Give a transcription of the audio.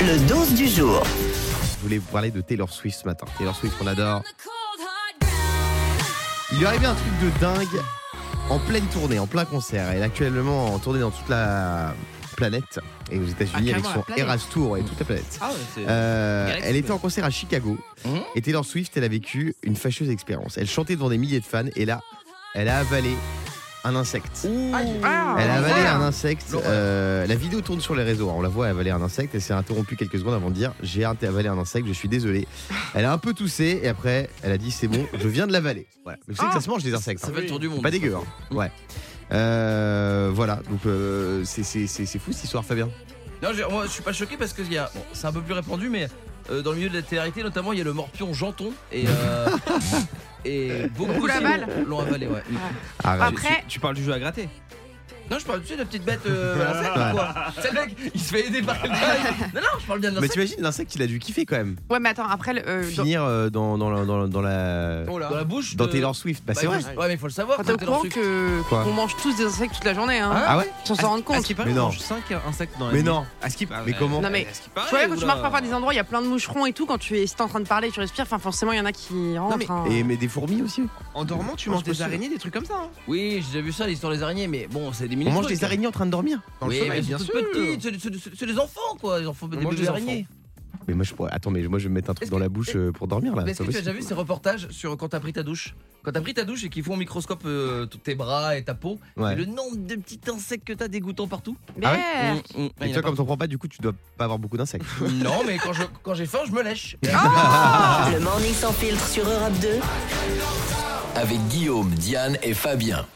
Le 12 du jour. Je voulais vous parler de Taylor Swift ce matin. Taylor Swift, on adore. Il lui est arrivé un truc de dingue en pleine tournée, en plein concert. Elle est actuellement en tournée dans toute la planète et aux États-Unis Ah, avec carrément, son la planète. Eras Tour et toute la planète. Ah ouais, c'est. Euh, Galaxy, elle était ouais. en concert à Chicago Mhm. et Taylor Swift, elle a vécu une fâcheuse expérience. Elle chantait devant des milliers de fans et là, elle a avalé un insecte. Ah. Ah, Elle a hein. avalé un insecte. euh, la vidéo tourne sur les réseaux. hein, On la voit avaler un insecte. Elle s'est interrompue quelques secondes avant de dire J'ai avalé un insecte, je suis désolée. Elle a un peu toussé et après, elle a dit C'est bon, je viens de l'avaler. Voilà. Mais Vous savez que ça se mange des insectes. Ça hein. fait le tour du monde. Pas dégueu. hein. Ouais. Euh, voilà. Donc, euh, c'est- c'est c'est- c'est fou cette histoire, Fabien. Non, je, moi, je suis pas choqué parce que il y a, bon, c'est un peu plus répandu, mais euh, dans le milieu de la télé notamment, il y a le morpion janton et. euh, et beaucoup l'ont, l'ont avalé, ouais. Arrête. Après- Tu, tu parles du jeu à gratter. Non, je parle tu sais, de la petite bête Ah, euh, à l'insecte, ou quoi. C'est le mec, il se fait aider par. non, non, je parle bien de Mais l'insecte. t'imagines, l'insecte, il a dû kiffer quand même. Ouais, mais attends, après, le- euh, dans- Finir euh, dans, dans, la- dans la- dans la. Dans la bouche. Dans de- Taylor Swift. Bah, Oh Bah, c'est il vrai. faut- Ouais, mais il faut le savoir. enfin, t'es au quand euh, Taylor courant Swift- que Quoi qu'on mange tous des insectes toute la journée, hein. Ah ouais Sans s'en rendre À compte. ce qui Tu paraît, Mais on non. mange 5 insectes dans la Mais nuit. non. Ah, À ce qui paraît. Mais comment Non, mais- À ce qui paraît, vois, là, quand tu oula. marches parfois à des endroits, il y a plein de moucherons et tout. Quand tu es, si t'es en train de parler, tu respires. Enfin, forcément, il y en a qui rentrent. hein. Et mais des fourmis aussi. En dormant, tu Non, manges c'est des possible. araignées, des trucs comme ça. hein. Oui, j'ai déjà vu ça, l'histoire des araignées, mais bon, c'est des On minutes. mange des araignées en train de dormir. Dans oui, le sommeil, mais bien c'est sûr. toutes petites, c'est, c'est- c'est- c'est des enfants quoi, des enfants, des mange bébés des araignées. Mais moi je pourrais. Attends, mais moi je vais me mettre un truc Est-ce dans que- la bouche euh, pour dormir là. Mais est-ce c'est que pas tu as déjà possible. vu ces reportages sur quand t'as pris ta douche Quand t'as pris ta douche et qu'ils font au microscope euh, tous tes bras et ta peau, Ouais. et le nombre de petits insectes que t'as dégoûtant partout. Mais- Ah Mm, mm, il Et y en toi, a comme t'en prends pas, du coup, tu dois pas avoir beaucoup d'insectes. pas. Non, mais quand, je, quand j'ai faim, je me lèche. Ah. Le morning sans filtre sur Europe 2. Avec Guillaume, Diane et Fabien.